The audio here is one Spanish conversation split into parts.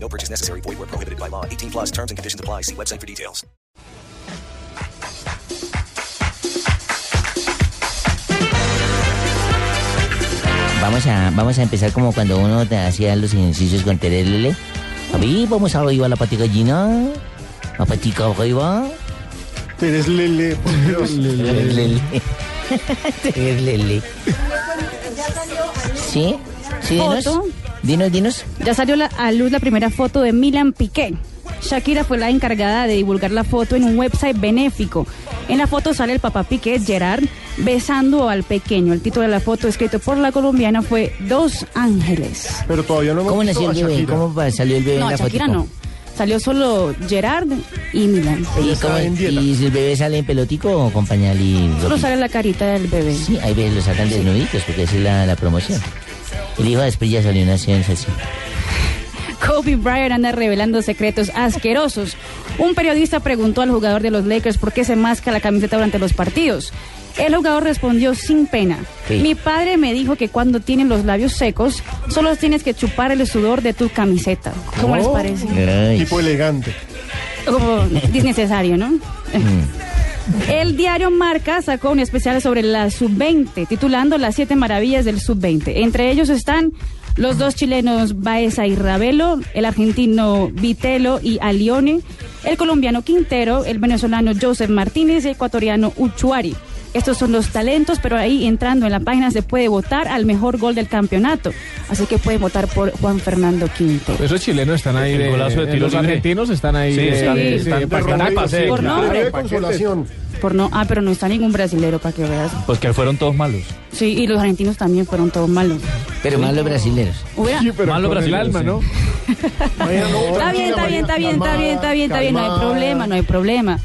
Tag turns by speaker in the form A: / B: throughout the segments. A: No purchase necessary. Void where prohibited by law. 18 plus terms and conditions apply. See website for details.
B: Vamos a, vamos a empezar como cuando uno te hacía los ejercicios con Terelele. A ver, vamos arriba la patica gallina. La patica arriba.
C: Eres Lele, por Dios.
B: Terelele. Terelele. ¿Sí? ¿Sí, dinos?
D: Foto.
B: Dinos, dinos.
D: Ya salió la- a luz la primera foto de Milan Piqué. Shakira fue la encargada de divulgar la foto en un website benéfico. En la foto sale el papá Piqué, Gerard, besando al pequeño. El título de la foto, escrito por la colombiana, fue Dos Ángeles.
C: Pero todavía no hemos
B: ¿Cómo nació
C: visto a
B: el bebé?
C: Shakira.
B: ¿Cómo pa- salió el bebé
D: No,
B: en la foto?
D: Shakira no. Salió solo Gerard y Milan.
B: ¿Y,
C: Ella está
B: cómo-
C: en dieta.
B: y si el bebé sale en pelotico o con pañal y
D: Solo
B: ropita?
D: sale la carita del bebé.
B: Sí, hay veces lo sacan desnuditos porque esa es la, la promoción. Y dijo, después ya salió una ciencia así.
D: Kobe Bryant anda revelando secretos asquerosos. Un periodista preguntó al jugador de los Lakers por qué se masca la camiseta durante los partidos. El jugador respondió sin pena.
B: Sí.
D: Mi padre me dijo que cuando tienen los labios secos, solo tienes que chupar el sudor de tu camiseta. ¿Cómo les
C: Oh.
D: parece?
B: Ay,
C: Tipo elegante.
D: Como desnecesario, ¿no? El diario Marca sacó un especial sobre la sub-20, titulando Las siete maravillas del sub-20. Entre ellos están los dos chilenos Baeza y Ravelo, el argentino Vitelo y Alione, el colombiano Quintero, el venezolano Joseph Martínez y el ecuatoriano Uchuari. Estos son los talentos, pero ahí entrando en la página se puede votar al mejor gol del campeonato. Así que pueden votar por Juan Fernando Quintero.
E: Esos chilenos están ahí.
F: El
E: de- eh,
F: golazo de tiro
E: los
F: libre.
E: argentinos están ahí.
F: Sí,
E: de-
F: están-
E: de-
F: están
E: de
F: de
E: paquete.
F: Romario,
E: Paquete.
F: sí,
D: Por
F: claro.
D: nombre.
C: Bebé de
F: Paquete.
C: consolación.
D: Por no, ah, pero no está ningún brasilero para que veas.
F: Pues que fueron todos malos.
D: Sí, y los argentinos también fueron todos malos.
B: pero más los brasileños.
D: Hubiera-
C: Sí, pero
F: Malo
C: con el
F: brasileño,
C: alma,
F: sí.
C: ¿no? Mañana no,
D: Está bien, está
C: tranquila,
D: bien, está bien,
C: mañana
D: está bien, está bien, está bien, no hay
C: calmada,
D: problema, no hay problema.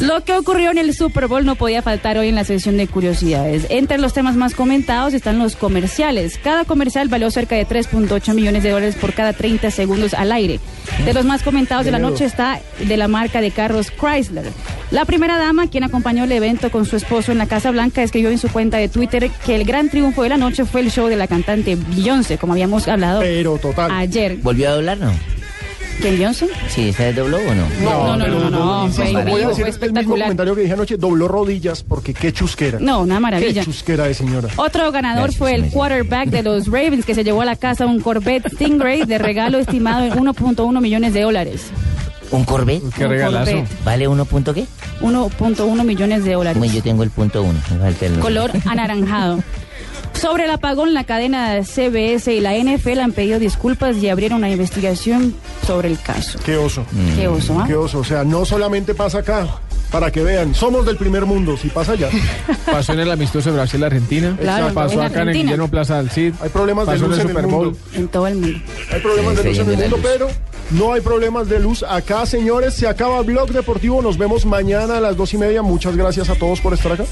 D: Lo que ocurrió en el Super Bowl no podía faltar hoy en la sesión de curiosidades. Entre los temas más comentados están los comerciales. Cada comercial valió cerca de 3.8 millones de dólares por cada 30 segundos al aire. De los más comentados de la noche está de la marca de carros Chrysler. La primera dama, quien acompañó el evento con su esposo en la Casa Blanca, escribió en su cuenta de Twitter que el gran triunfo de la noche fue el show de la cantante Beyoncé, como habíamos hablado
C: Pero total.
D: ayer.
B: ¿Volvió a doblar, no?
D: ¿Quién Beyoncé?
B: Sí, ¿está de dobló o no?
D: No, no, no,
C: pero
D: no, no,
C: insisto,
D: fue en
C: voy a este decir
D: vivo, fue
C: el mismo
D: espectacular.
C: comentario que dije anoche, dobló rodillas porque qué chusquera.
D: No, una maravilla.
C: Qué chusquera de señora.
D: Otro ganador
B: Gracias,
D: fue el
B: Amelia.
D: quarterback de los Ravens que se llevó a la casa un Corvette Stingray de regalo estimado en 1.1 millones de dólares.
B: ¿Un Corvette?
E: Qué
D: Un
E: regalazo.
D: Corvette,
B: ¿Vale uno punto qué?
D: 1.1 millones de
B: Bueno,
D: dólares.
B: yo tengo el punto uno. me falta el-
D: Color anaranjado. Sobre el apagón, la cadena CBS y la NFL han pedido disculpas y abrieron una investigación sobre el caso.
C: Qué oso.
B: Mm.
D: Qué oso, ¿ah?
C: Qué oso. O sea, no solamente pasa acá, para que vean, somos del primer mundo, si pasa allá.
E: Pasó en el amistoso de Brasil-Argentina.
D: Claro,
E: pasó
D: en
E: acá en el
D: Argentina.
E: Guillermo Plaza del Cid.
C: Hay problemas de
E: pasó
C: luz
E: en
C: en
E: el
C: el
E: Super Bowl.
C: mundo.
D: En todo el mundo.
C: Hay problemas
B: Se
C: de luz en el
B: yendo
C: mundo,
B: la
C: pero no hay problemas de luz acá, señores. Se acaba Blog Deportivo. Nos vemos mañana a las dos y media. Muchas gracias a todos por estar acá.